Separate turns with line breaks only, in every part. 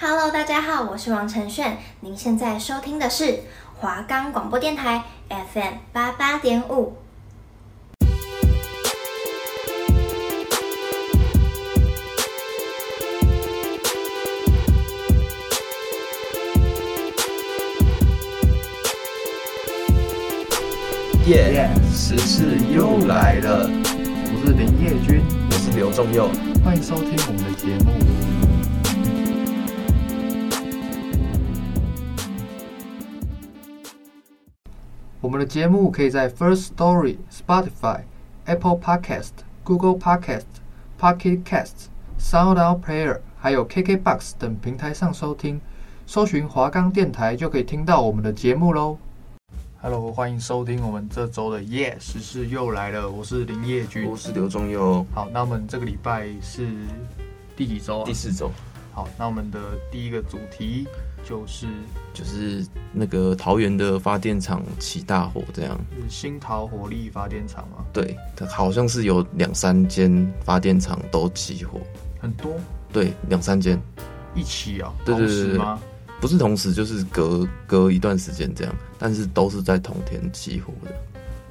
Hello，大家好，我是王晨炫，您现在收听的是华冈广播电台 FM 八八点五。
耶！时事又来了，
我是林叶君，
我是刘仲佑。
欢迎收听我们的节目。我们的节目可以在 First Story、Spotify、Apple Podcast、Google Podcast、Pocket Casts、SoundOut Player 还有 KKBox 等平台上收听，搜寻华冈电台就可以听到我们的节目喽。Hello，欢迎收听我们这周的夜时事又来了，我是林业君
我。是刘仲佑，
好，那我们这个礼拜是第几周、啊？
第四周
好，那我们的第一个主题就是
就是那个桃园的发电厂起大火，这样
就是新桃火力发电厂啊嘛，
对，它好像是有两三间发电厂都起火，
很多
对，两三间，
一起啊、
对对
同时
对对
吗？
不是同时，就是隔隔一段时间这样，但是都是在同天起火的。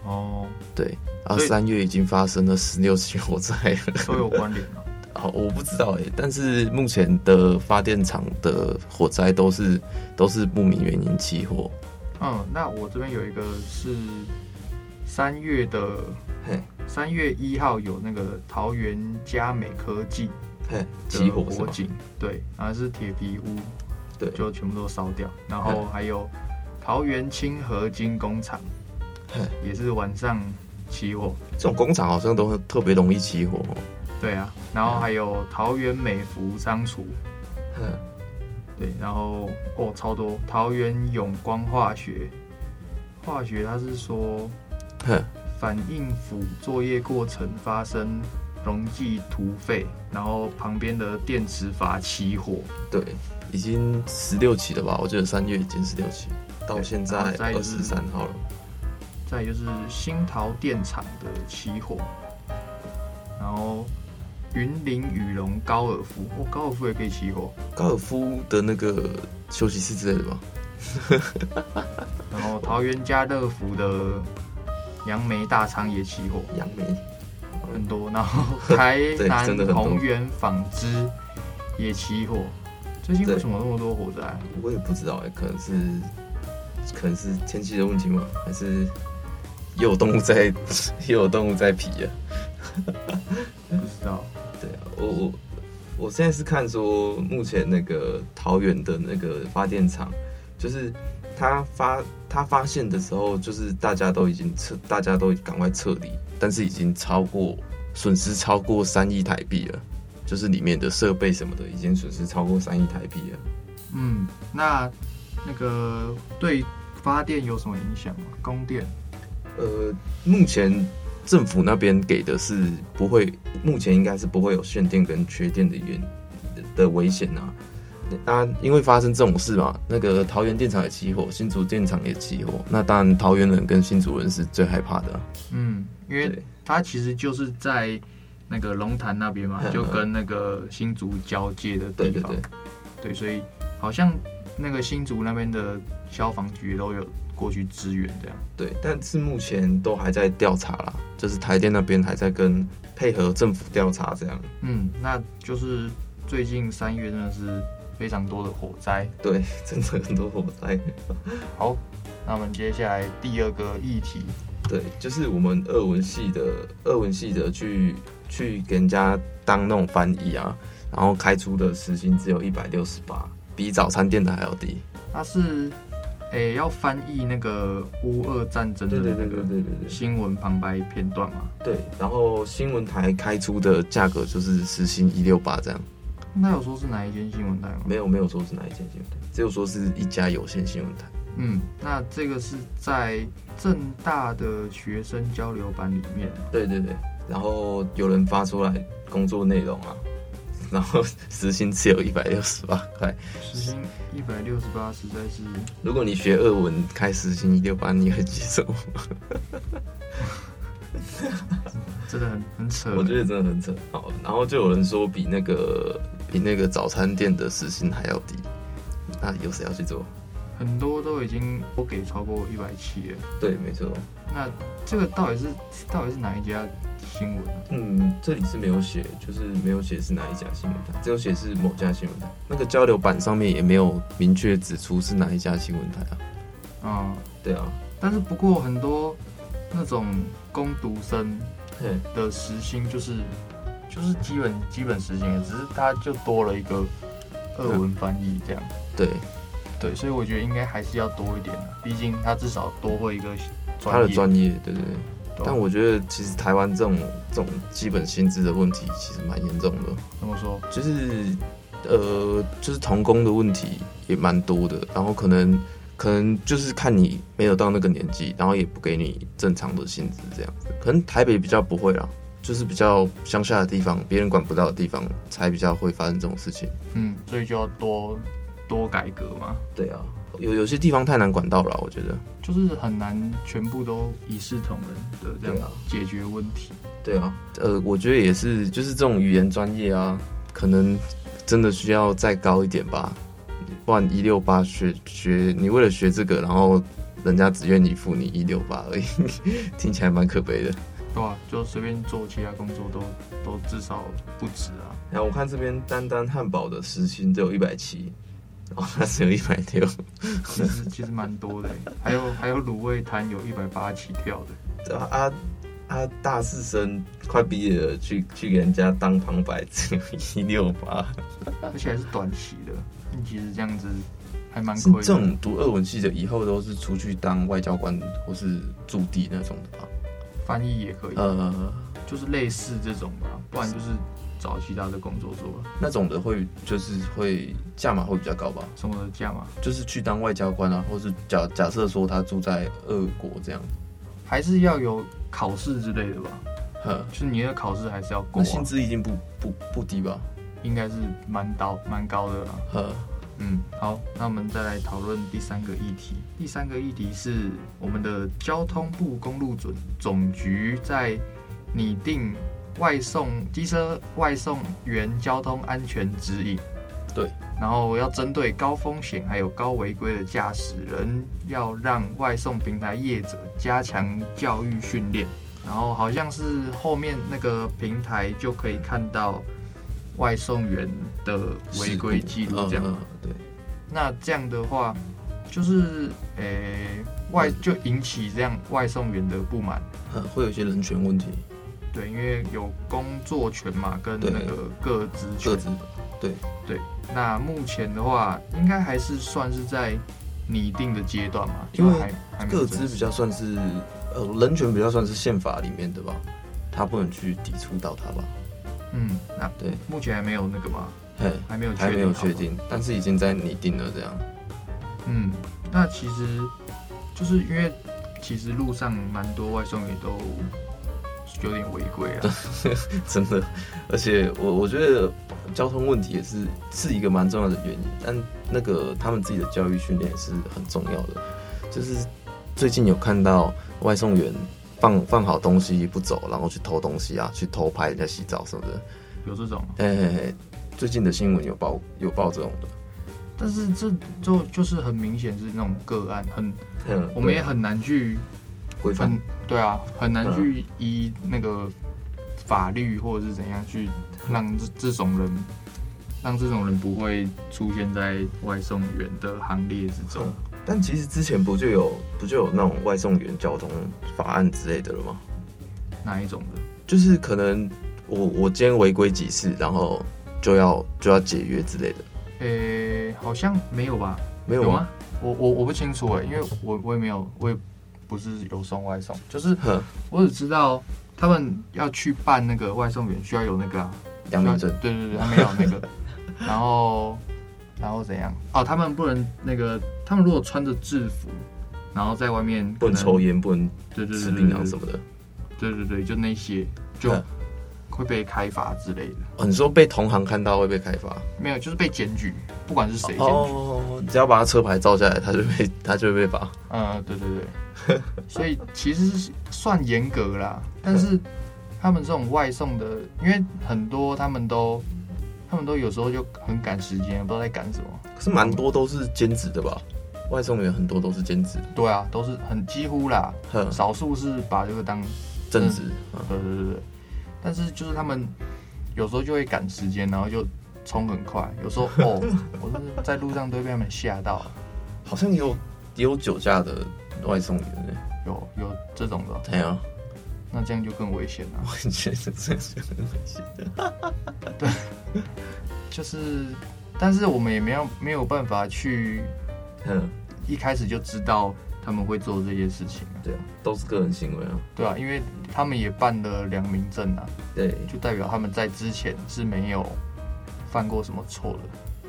哦，
对，啊，
所以
三月已经发生了十六起火灾了。
都有关联啊。
好，我不知道哎、但是目前的发电厂的火灾都是都是不明原因起火。
嗯，那我这边有一个是三月的
嘿，
三月一号有那个桃园佳美科技
嘿，
的
起火是
火
吗？
警，对，然后是铁皮屋，
对
就全部都烧掉。然后还有桃园清合金工厂
嘿，
也是晚上起火，
这种工厂好像都特别容易起火、哦。
对啊。然后还有桃园美孚商厨，
嗯，
对，然后哦，超多桃园永光化学，化学它是说
哼，
反应釜作业过程发生溶剂突沸，然后旁边的电磁阀起火，
对，已经十六起了吧？我记得三月已经十六起，到现在
然后再
二
就是
十三号了。
再就是新桃电厂的起火，然后云林雨龙高尔夫，哦，高尔夫也可以起火，
高尔夫的那个休息室之类的吧？
然后桃园家乐福的杨梅大仓也起火，
杨梅，
很多，然后台
对
南
真的很多
宏源纺织也起火。最近为什么那么多火灾？
我也不知道哎、可能是可能是天气的问题吗？还是又有动物在 又有动物在皮啊？
不知道。
对啊，我我我现在是看说，目前那个桃园的那个发电厂，就是他发他发现的时候，就是大家都已经撤，大家都赶快撤离，但是已经超过损失超过三亿台币了，就是里面的设备什么的已经损失超过三亿台币了。
嗯，那那个对发电有什么影响吗？供电？
呃，目前政府那边给的是不会，目前应该是不会有限电跟缺电的原的危险啊。那因为发生这种事嘛，那个桃园电厂也起火，新竹电厂也起火，那当然桃园人跟新竹人是最害怕的啊、
嗯，因为
对
它其实就是在那个龙潭那 边嘛
嗯，嗯
就跟那个新竹交界的
对
地
对
方。
对，
对所以好像那个新竹那边的消防局都有过去支援这样。
对，但是目前都还在调查啦，就是台电那边还在跟配合政府调查这样。
嗯，那就是最近三月真的是非常多的火灾。
对，真的很多火灾。
好，那我们接下来第二个议题，
对，就是我们俄文系的俄文系的去去给人家当那种翻译啊，然后开出的时薪只有一百六十八，比早餐店的还要低。
它是诶、要翻译那个乌俄战争的
对对
那
对对
个
对对
新闻旁白片段嘛。
对。对，然后新闻台开出的价格就是时薪一六八这样，
那有说是哪一间新闻台吗？
没有没有说是哪一间新闻台，只有说是一家有线新闻台。
嗯，那这个是在正大的学生交流版里面。
对对对，然后有人发出来工作内容啊， 然后时薪只有一百六十八块。
时薪一百六十八，实在是
如果你学俄文开时薪一六八，你会接受吗？
真的很很扯。
我觉得真的很扯。好，然后就有人说比那个比那个早餐店的时薪还要低，那有谁要去做？
很多都已经不给超过一百七了。
对，没错。
那这个到底是到底是哪一家新闻啊？
嗯，这里是没有写，就是没有写是哪一家新闻台，只有写是某家新闻台。那个交流版上面也没有明确指出是哪一家新闻台啊。
啊、
对啊，
但是不过很多那种攻读生
嘿，
的时薪就是就是基本基本时薪，只是他就多了一个俄文翻译这样。
对，
对，所以我觉得应该还是要多一点的，毕竟他至少多会一个
他的
专
专
业。
业，哦对对对。
对吧
但我觉得其实台湾这种这种基本薪资的问题其实蛮严重的。
怎么说？
就是呃，就是童工的问题也蛮多的，然后可能可能就是看你没有到那个年纪，然后也不给你正常的薪资这样子。可能台北比较不会啦，就是比较乡下的地方，别人管不到的地方，才比较会发生这种事情。
嗯，所以就要多多改革嘛，
对啊，有有些地方太难管到了，我觉得。
就是很难全部都一视同仁的这
对
样
啊
解决问题。
对啊，呃，我觉得也是，就是这种语言专业啊，可能真的需要再高一点吧，不然一六八学学，你为了学这个，然后人家只愿意付你一六八而已， 听起来蛮可悲的。
对啊，就随便做其他工作都都至少不止啊。
然后我看这边单单汉堡的时薪只有一百七，然后它哦只有一百六，
其实其实蛮多的欸，还有还有卤味摊有一百八起跳的，
啊啊啊！大四生快毕业了，去去给人家当旁白，只有一六八。
而且还是短期的。你其实这样子还蛮
是
亏
这
的。
种读俄文系的，以后都是出去当外交官或是驻地那种的吧？
翻译也可以，
呃，
就是类似这种吧，不然就是找其他的工作做，
那种的会就是会价码会比较高吧？
什么的价嘛，
就是去当外交官啊，或是假假设说他住在俄国这样，
还是要有考试之类的吧。
呵，
就是你的考试还是要过、
那薪
啊，
资一定不不不低吧？呃
应该是蛮高蛮高的啦。
呵，
嗯，好，那我们再来讨论第三个议题。第三个议题是我们的交通部公路总总局在拟定外送机车外送员交通安全指引。
对，
然后要针对高风险还有高违规的驾驶人，要让外送平台业者加强教育训练。然后好像是后面那个平台就可以看到外送员的违规记录这样。
嗯嗯对，
那这样的话，就是诶、外就引起这样外送员的不满，
呃，会有一些人权问题，
对，因为有工作权嘛，跟
对
那个各职权
各。自
那目前的话，应该还是算是在拟定的阶段嘛，
因为
就还还没有
各
正
自
式
比较算是呃人权比较算是宪法里面的吧，他不能去抵触到他吧？
嗯，那
对，
目前还没有那个嘛，
嘿。
还没有确定
还没有
好吗
确定，但是已经在拟定了这样。
嗯，那其实就是因为其实路上蛮多外送员都有点违规啊，
真的，而且我我觉得交通问题也是是一个蛮重要的原因，但那个他们自己的教育训练也是很重要的。就是最近有看到外送员放放好东西不走，然后去偷东西啊，去偷拍人家洗澡什么的。
有这种。
哎、最近的新闻有报有报这种的。
但是这就就是很明显是那种个案，很
嗯
我们也很难去
规范
很，对啊，很难
嗯
去依那个法律或者是怎样去让这这种人，让这种人不会出现在外送员的行列之
嗯
中。
但其实之前不就有不就有那种外送员交通法案之类的了吗？
哪一种的？
就是可能我我今天违规几次，然后就要就要解约之类的，
诶、好像没有吧？
没有啊
有吗？？我我我不清楚诶、因为我我也没有，我也不是有送外送，就是
呵，
我只知道他们要去办那个外送员需要有那个、啊。
杨明正，
对对对，他 没有那个，然后然后怎样？哦，他们不能那个，他们如果穿着制服，然后在外面
不能抽，烟，不能
对对
吃
对
槟
对
榔
对
什么的。
对对对，就那些就
嗯
会被开罚之类的，
哦你说被同行看到会被开罚？
没有，就是被检举，不管是谁检举，
哦，只要把他车牌照下来，他就被 他就会被罚。
呃，对对对， 所以其实是算严
嗯
格啦，但是他们这种外送的，因为很多他们都他们都有时候就很赶时间，不知道在赶什么。
可是蛮多都是兼职的吧？外送员很多都是兼职，
对啊，都是很几乎啦，
哼，
少数是把这个当
正职，嗯
对对对对，但是就是他们有时候就会赶时间，然后就冲很快，有时候哦，我就是在路上都会被他们吓到，
好像也有也有酒驾的外送员呢、
有有这种的，
对啊，
那这样就更危险了、
我也觉得这是很危险的。
就是，但是我们也没有没有办法去
嗯，
一开始就知道他们会做这些事情啊，
对啊，都是个人行为啊。
对啊，因为他们也办了良民证啊，
对，
就代表他们在之前是没有犯过什么错的。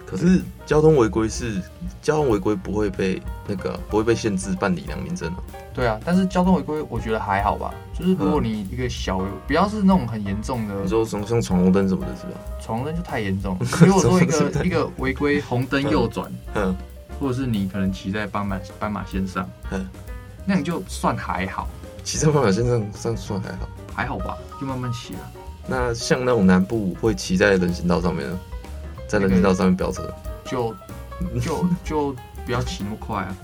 可是交通违规是交通违规不会被那个啊不会被限制办理良民证啊。
对啊，但是交通违规我觉得还好吧，就是如果你一个小，不要是那种很严重
嗯你
的
说什么像闯红灯什么的，是吧？
闯红灯就太 严重了。如果说一
闯红
个
灯
一个违规红灯右转，
嗯，
或者是你可能骑在斑马斑马线上
嗯，
那你就算还好，
骑在斑马线上上算还好。
还好吧，就慢慢骑啊，
那像那种南部会骑在人行道上面呢，在人行道上面飙车，
就就就不要骑那么快啊。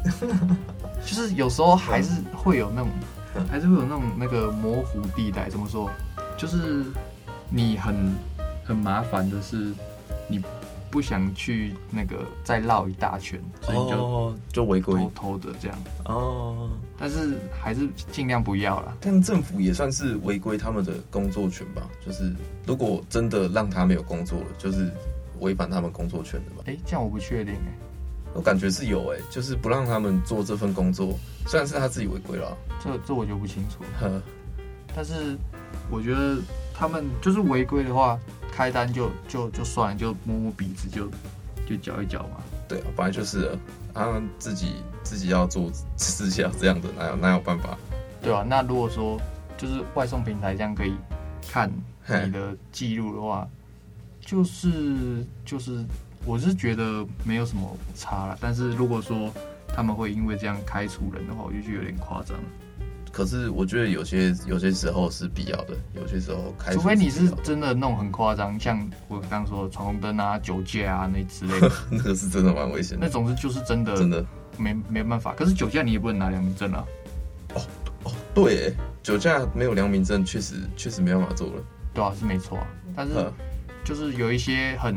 就是有时候还是会有那种，
嗯
还是会有那种那个模糊地带。怎么说？就是你很很麻烦的是，你不想去那个再绕一大圈，所以你就
哦，就违规
偷偷的这样。
哦。
但是还是尽量不要啦。
但政府也算是违规他们的工作权吧，就是如果真的让他没有工作了，就是违反他们工作权的吧。
哎、这样我不确定哎、
我感觉是有哎、就是不让他们做这份工作，虽然是他自己违规了，
这这我就不清楚了。
呵，
但是我觉得他们就是违规的话，开单就就就算了，就摸摸鼻子就就搅一搅嘛。
对啊，本来就是了他们自己自己要做 私下这样的，哪有哪有办法？
对啊，那如果说就是外送平台这样可以看你的记录的话，就是就是我是觉得没有什么差了。但是如果说他们会因为这样开除人的话，我就觉得有点夸张。
可是我觉得有些有些时候是必要的，有些时候开除
除非你
必
是
要的
真的弄很夸张，像我刚刚说的闯红灯啊、酒驾啊那之 类的，
那个是真的蛮危险
那
的，
种是就是真的
真的
没没办法。可是酒驾你也不能拿良民证啊，
哦，对耶，酒驾没有良民证，确实确实没办法做了，
对啊，是没错啊。但是
呵
就是有一些很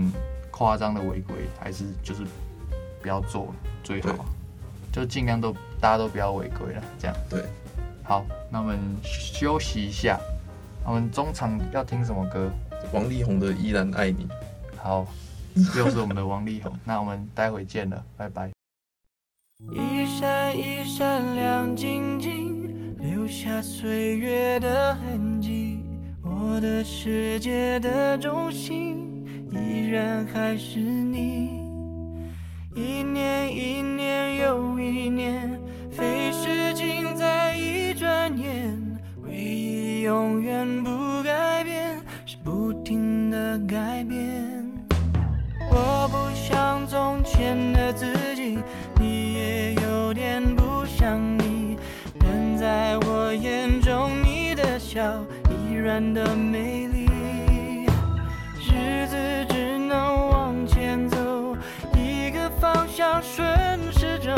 夸张的违规，还是就是不要做最好，啊就尽量都大家都不要违规了，这样。
对。
好，那我们休息一下，我们中场要听什么歌？
王力宏的《依然爱你》。
好，又是我们的王力宏，那我们待会见了，拜拜。
一闪一闪亮晶晶，留下岁月的痕迹。我的世界的中心，依然还是你。一年一年又一年，飞逝尽在一转眼。回忆永远不改变，是不停的改变。我不像从前的自己，你也有点不像你，但在我眼中，你的笑依然的美丽。日子只能往前走，一个方向顺时钟，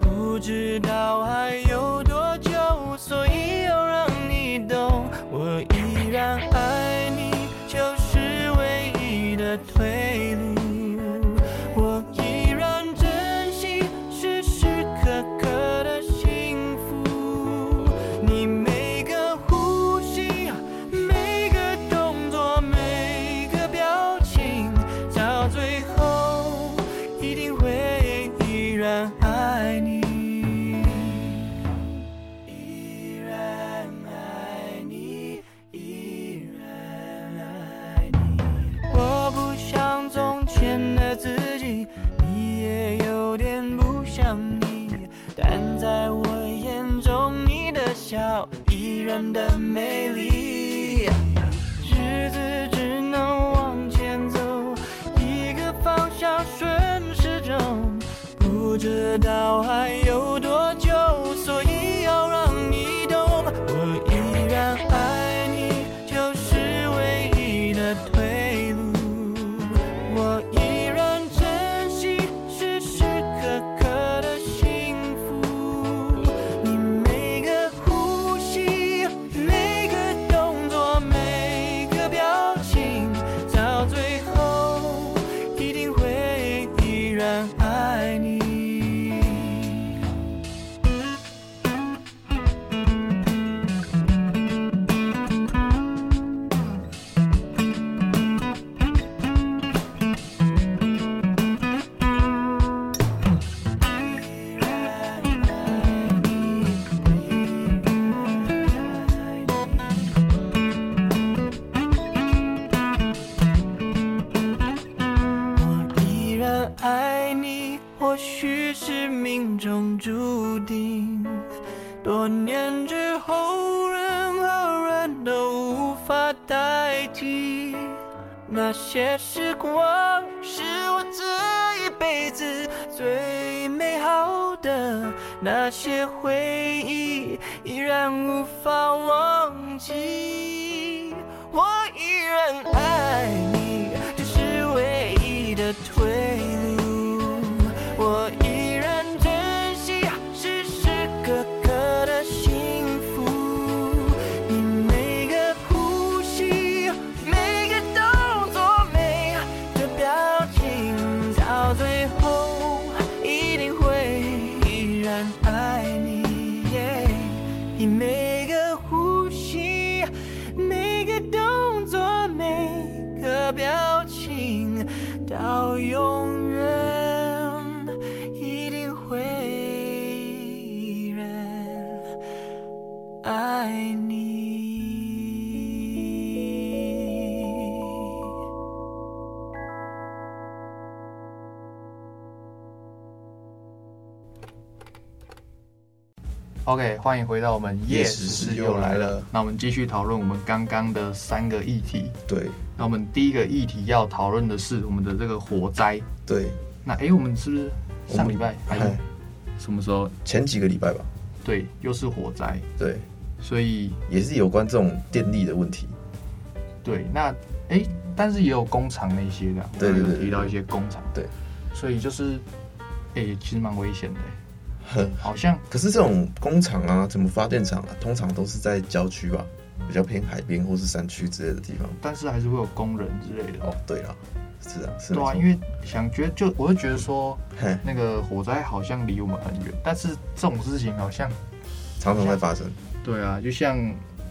不知道还有多久，所以要让你懂，我依然爱你，就是唯一的退路。我依然珍惜时时刻刻的幸福，你每个呼吸，每个动作，每个表情，到最后一定会依然爱你。依然爱你，依然爱你。我不像从前的自己，你也有点不像你，但在我眼中，你的笑依然的美丽。日子只能往前走，一个方向顺时钟，不知道还有多久，所以要让你懂，我依然爱你，就是唯一的退路。爱你，或许是命中注定。多年之后，任何人都无法代替。那些时光是我这一辈子最美好的，那些回忆依然无法忘记。我依然爱你，这是唯一的退路。我依然珍惜时时刻刻的幸福，你每个呼吸，每个动作，每个表情，到最后一定会依然爱你。耶你每个呼吸，每个动作，每个表情，到永远一定会依然爱你。
OK，欢迎回到我们
夜
时
时
事
事
又
又
来
来
了
了。
那我们继续讨论我们刚刚的三个议题。
对
那我们第一个议题要讨论的是我们的这个火灾。
对，
那诶，我们是不是上礼拜还是
哎
什么时候？
前几个礼拜吧，
对，又是火灾，
对，
所以
也是有关这种电力的问题。
对，那诶，但是也有工厂那些的，
对
我们
对对
有提到一些工厂，
对，
所以就是诶，其实蛮危险的，好像
可是这种工厂啊，什么发电厂啊，通常都是在郊区吧，比较偏海边或是山区之类的地方。
但是还是会有工人之类的。
哦，对了，是啊，是没
对啊，
错
因为想觉得就我就觉得说，
嘿，
那个火灾好像离我们很远，但是这种事情好像
常常在发生。
对啊，就像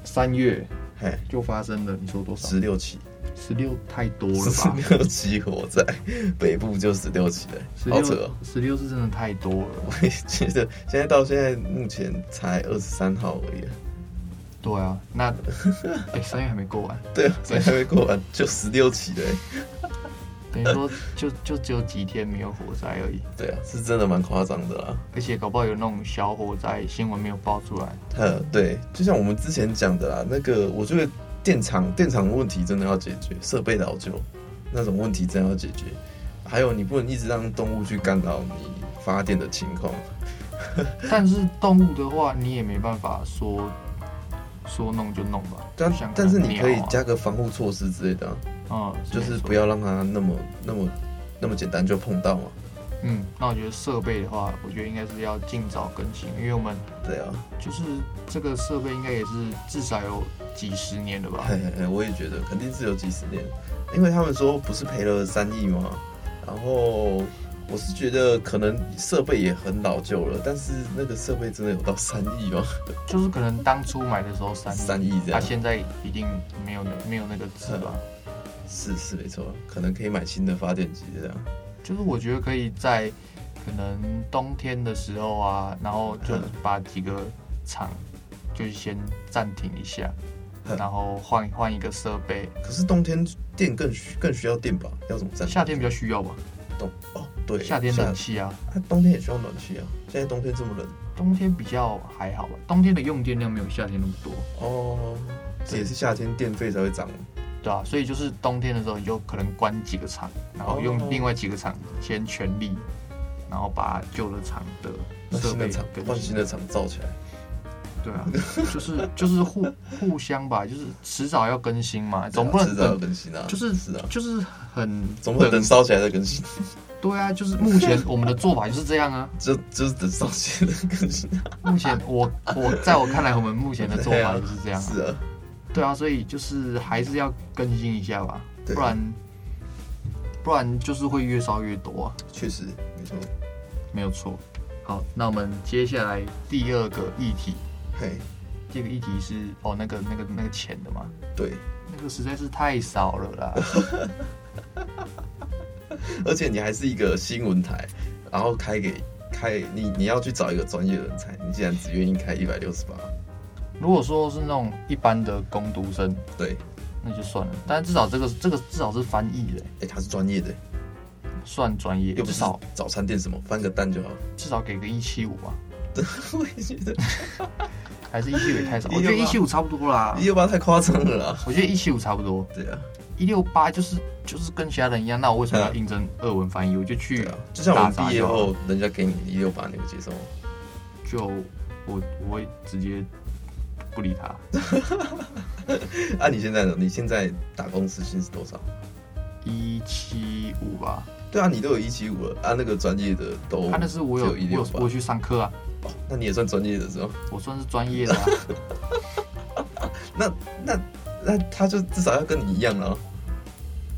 三月
嘿，
就发生了，你说多少
十？六起，
十六太多了
十
吧？
六起火灾， 北部就十六起
十
了，好扯、
六
哦。
十六是真的太多了。
我也觉得现在到现在目前才二十三号而已啊，
对啊，那 哎三、月还没过完，
对啊，才还没过完就十六起了欸、
等于说就就只有几天没有火灾而已，
对啊，是真的蛮夸张的啦。
而且搞不好有那种小火灾新闻没有爆出来。
呃，对，就像我们之前讲的啦，那个我觉得电厂电厂的问题真的要解决，设备老旧那种问题真的要解决，还有你不能一直让动物去干扰你发电的情况，
但是动物的话，你也没办法说说弄就弄吧。
但
就像
但是
那
你可以
鸟啊
加个防护措施之类的啊、
嗯，
就是
没错
不要让它那么那么那么简单就碰到嘛。
嗯，那我觉得设备的话，我觉得应该是要尽早更新，因为我们
对啊，
就是这个设备应该也是至少有几十年了吧？
嘿嘿嘿，哎我也觉得肯定是有几十年，因为他们说不是赔了三亿吗？然后我是觉得可能设备也很老旧了，但是那个设备真的有到三亿吗？
就是可能当初买的时候三
三亿这
他、
样，
现在一定没有那没有那个字吧？
是是没错，可能可以买新的发电机这样。
就是我觉得可以在可能冬天的时候啊，然后就
嗯
把几个厂就是先暂停一下，
嗯
然后换换一个设备，
可是冬天电更需更需要电吧？要怎么占？
夏天比较需要吧？
冬哦，嗯对，
夏天冷气啊，
啊，冬天也需要暖气啊。现在冬天这么冷
冬天比较还好吧？冬天的用电量没有夏天那么多。
哦，这
对
也是夏天电费才会涨。
对啊，所以就是冬天的时候，你就可能关几个厂，然后用
哦
另外几个厂先全力，然后把旧的厂的
那
设
新
备
的厂
更哎
换新的厂造起来，
对啊，就是就是互互相吧，就是迟早要更新嘛，总不能
迟早要
等，
更新啊，
就是
是啊，
就是很
总不能等烧起来再更 新，
对啊，就是目前我们的做法就是这样啊。
就就是等烧起来再更新啊，
目前我我在我看来，我们目前的做
对
法
啊
就是这样、啊。
是啊，
对啊，所以就是还是要更新一下吧，
对
不然不然就是会越烧越多啊。
确实没错，
没有错。好，那我们接下来第二个议题，
嘿，
第二个议题是哦，那个那个那个钱的嘛，
对，
那个实在是太少了 啦。
而且你还是一个新闻台，然后开给开你你要去找一个专业人才，你竟然只愿意开一百六十八，
如果说是那种一般的工读生，
对，
那就算了，但至少这个这个至少是翻译的欸，
哎、他是专业的，
算专业，
又不
至
是
少
早餐店什么，翻个蛋就好。
至少给个一七五吧，
我也觉得
还是一七五也太少？
168
我觉得一七五差不多啦
一，六八太夸张了啦。
我觉得一七五差不多，
对啊，
一六八就是就是跟其他人一样，那我为什么要应征二文翻译？嗯我就去
对啊，就像我们
打杂
毕业
就好
后，人家给你一六八，你会接受吗？
就我我会直接不理他，
啊，你现在呢？你现在打工时薪是多少？
一七五吧，
对啊，你都有一七五了，啊，那个专业的都，
他那是我有
一
我
六
有
八
我有，去上课啊，
那你也算专业的是吗？
我算是专业的、啊，
那那那他就至少要跟你一样了哦。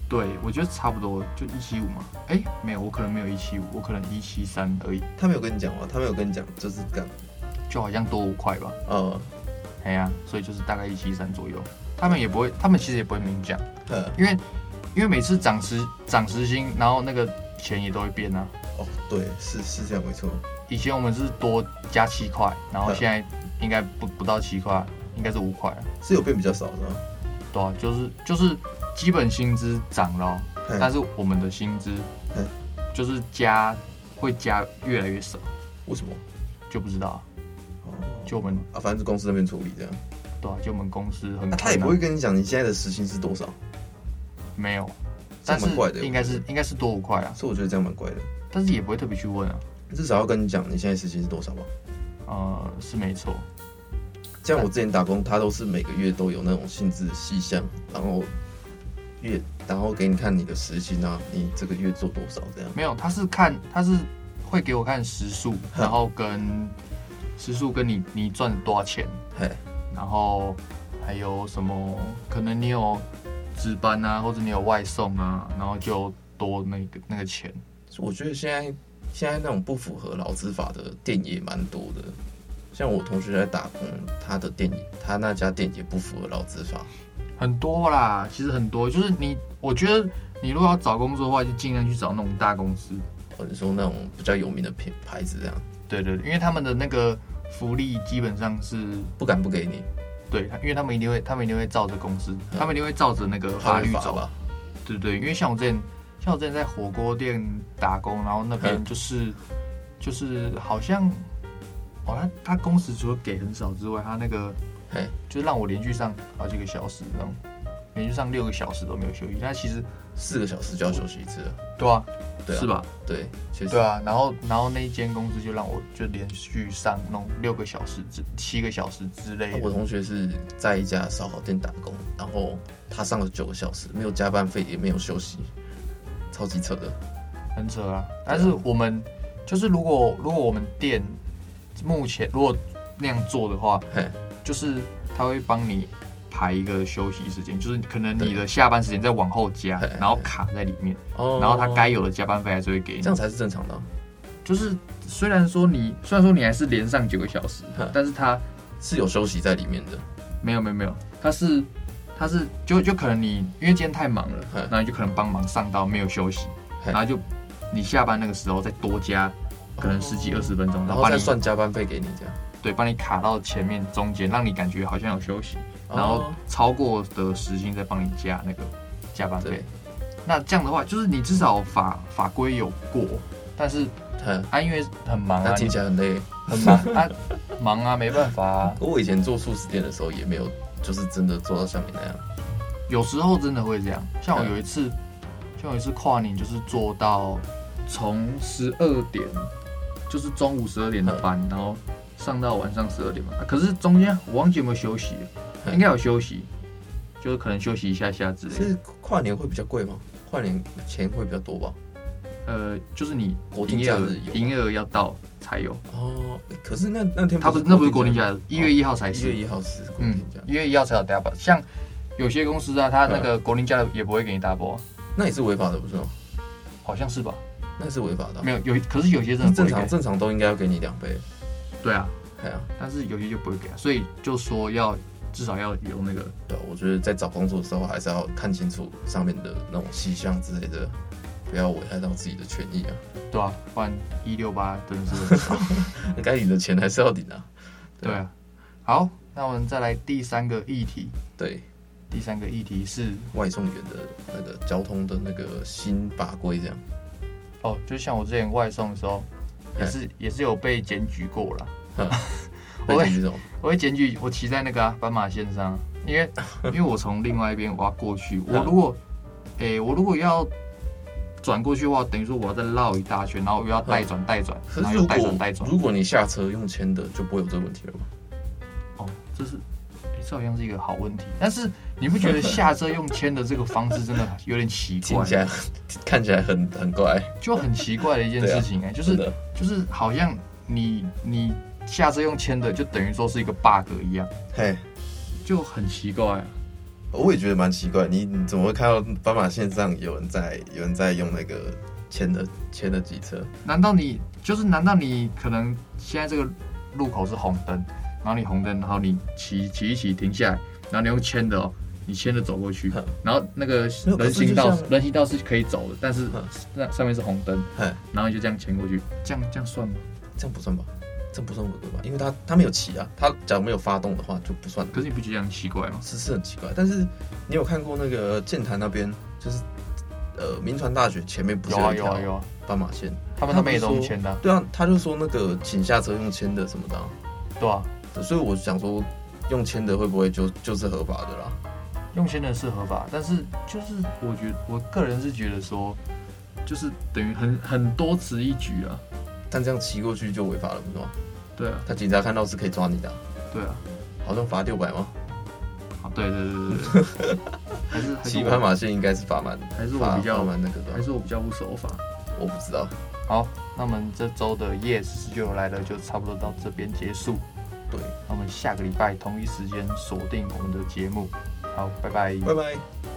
对我觉得差不多就一七五嘛，哎、没有，我可能没有一七五，我可能一七三而已，
他没有跟你讲吗？他没有跟你讲，就是干，
就好像多五块吧，
哦，
哎呀、所以就是大概一七三左右，他们也不会，他们其实也不会明讲，
呃，
因为因为每次涨时涨时薪，然后那个钱也都会变啊。
哦，对，是是这样没错。
以前我们是多加七块，然后
嗯
现在应该不不到七块，应该是五块啊，
是有变比较少是哦吗？
对啊，就是就是基本薪资涨了哦、
嗯
但是我们的薪资
嗯
就是加会加越来越少，
为什么？
就不知道啊，
哦，
就我们
啊，反正是公司那边处理这样。
对啊，就我们公司很困
那、
难、
他也不会跟你讲你现在的时薪是多少，
没有，
这样
但是
蛮怪的。
应该
我觉
是
得，
应该是多五块啊，
所以我觉得这样蛮怪的。
但是也不会特别去问啊，
至少要跟你讲你现在时薪是多少吧。
呃，是没错，
像我之前打工，他都是每个月都有那种薪资细项，然后月，然后给你看你的时薪啊，你这个月做多少这样。
没有，他是看他是会给我看时数，然后跟时数跟你你赚多少钱，
嘿，
然后还有什么可能你有值班啊，或者你有外送啊，然后就多那个那个钱。
我觉得现在现在那种不符合劳资法的店也蛮多的，像我同学在打工，他的店也他那家店也不符合劳资法。
很多啦，其实很多，就是你，我觉得你如果要找工作的话，就尽量去找那种大公司，
或者说那种比较有名的品牌子这样，
对对，对因为他们的那个福利基本上是
不敢不给你，
对，因为他们一定会，他们一定会照着公司，他们一定会照着那个
怕
法
会
律
罚
走，
吧？
对对，因为像我之前，像我之前在火锅店打工，然后那边
嗯
就是、就是好像，哦，他他工时除了给很少之外，他那个
嘿，
就是让我连续上好几个小时，然后连续上六个小时都没有休息。但其实
四个小时就要休息一次了，
对啊，
对啊
是吧？
对，确实，
对啊，然后然后那一间公司就让我就连续上弄六个小时之七个小时之类
啊我
的，
同学是在一家烧烤店打工，然后他上了九个小时，没有加班费，也没有休息，超级扯的。
很扯啊。但是我们就是如果如果我们店目前如果那样做的话，
嘿，
就是他会帮你排一个休息时间，就是可能
对
你的下班时间再往后加
嘿嘿，
然后卡在里面，
哦
然后他该有的加班费还是会给
这
你
样。才是正常的啊、
就是虽然说你虽然说你还是连上九个小时
哼，
但是他
是有休息在里面的。
没有没有没有，他是他是就就可能你因为今天太忙了
嗯，
然后你就可能帮忙上到没有休息，
嗯
然后就你下班那个时候再多加可能十几二十分钟，
哦然后
把
再
你
算加班费给你这样。
对，帮你卡到前面中间，让你感觉好像有休息，
哦
然后超过的时薪再帮你加那个加班费
对。
那这样的话，就是你至少法法规有过，但是
哼，
啊，因为很忙
那
啊，
听起来很累。
你很忙啊，忙啊，没办法啊，
我以前做素食店的时候，也没有就是真的做到像你那样。
有时候真的会这样。像我
嗯
有一次，像有一次跨年就是做到从十二点，就是中午十二点的
嗯
班，然后上到晚上十二点嘛、啊可是中间我忘记有没有休息了，
嗯
应该有休息，就是可能休息一下下之类的。
是跨年会比较贵吗？跨年钱会比较多吧？
呃，就是你
国定
营业
假
额
日有吗
营业额要到才有，
哦，可是那那天
它不是那不是国定假
日，
日，一月一号才
一
是。
月一号是国
嗯
定假，日，嗯
一月一号才有 double。像有些公司啊，它那个国定假日也不会给你 double，啊
那也是违法的，不是吗？
好像是吧？
那也是违法的啊、
没有有，可是有些真的不
正
会
常
给。
正常都应该要给你两倍。
对啊，
哎呀、
但是有些就不会给啊，所以就说要至少要有那个。
对啊，我觉得在找工作的时候还是要看清楚上面的那种细项之类的，不要危害到自己的权益啊。
对啊，不然一六八真的是很少。嗯
该领的钱还是要领啊。
对啊，好，那我们再来第三个议题。
对，
第三个议题是
外送员的那个交通的那个新法规这样，
哦，就像我之前外送的时候，也是也是有被检举过啦。
嗯，那
我会
你这种，
我会检举我骑在那个啊斑马线上，因为因为我从另外一边我要 过去，我
嗯
如果诶、我如果要转过去的话，等于说我要再绕一大圈，然后我又要带转带转，
可
然
是
后 又
如
带转带
果
转。
如果你下车用签的，就不会有这个问题了吧？
哦，这是。诶这好像是一个好问题，但是你不觉得下车用签的这个方式真的有点奇
听
怪
起，来看起来很很怪，
就很奇怪的一件事情哎、就是
啊真的
就是好像你你下车用签的，就等于说是一个 bug 一样，
嘿。
就很奇怪、啊。
我也觉得蛮奇怪，你你怎么会看到斑马线上有人在有人在用那个签的签的机车？
难道你就是难道你可能现在这个路口是红灯，然后你红灯，然后你骑骑一骑停下来，然后你用牵的哦，你牵着走过去
哼，
然后那个
嗯没有可
人
是
行道
就像嗯
人行道是可以走的，但是
哼
那上面是红灯，
哼，
然后你就这样牵过去，这样这样算吗？
这样不算吧？这样不算违规吧？因为他他没有骑啊，他假如没有发动的话就不算，
可是你不觉得这样奇怪吗？
是是很奇怪。但是你有看过那个剑潭那边，就是呃民传大学前面不是
有啊
一
有
条
啊有啊，
斑马线？
他们
他们
那边也都
说
用牵的啊，
对啊，他就说那个请下车用签的什么的啊、
对啊，
所以我想说用签的会不会就就是合法的啦？
用签的是合法，但是就是我觉我个人是觉得说，就是等于很很多此一举啊，
但这样骑过去就违法了，不是吗？
对啊
他警察看到是可以抓你的啊、
对啊。
好像罚六百吗？
啊，对对对对 对，还是还是
骑
我
斑马线应该是罚蛮，
还是我
罚
比较
罚蛮那个的
还
啊，
是我比较不守法。
我不知道。
好，那我们这周的 Yes 就来了，就差不多到这边结束。
对，
嗯那我们下个礼拜同一时间锁定我们的节目。好，拜拜
拜拜。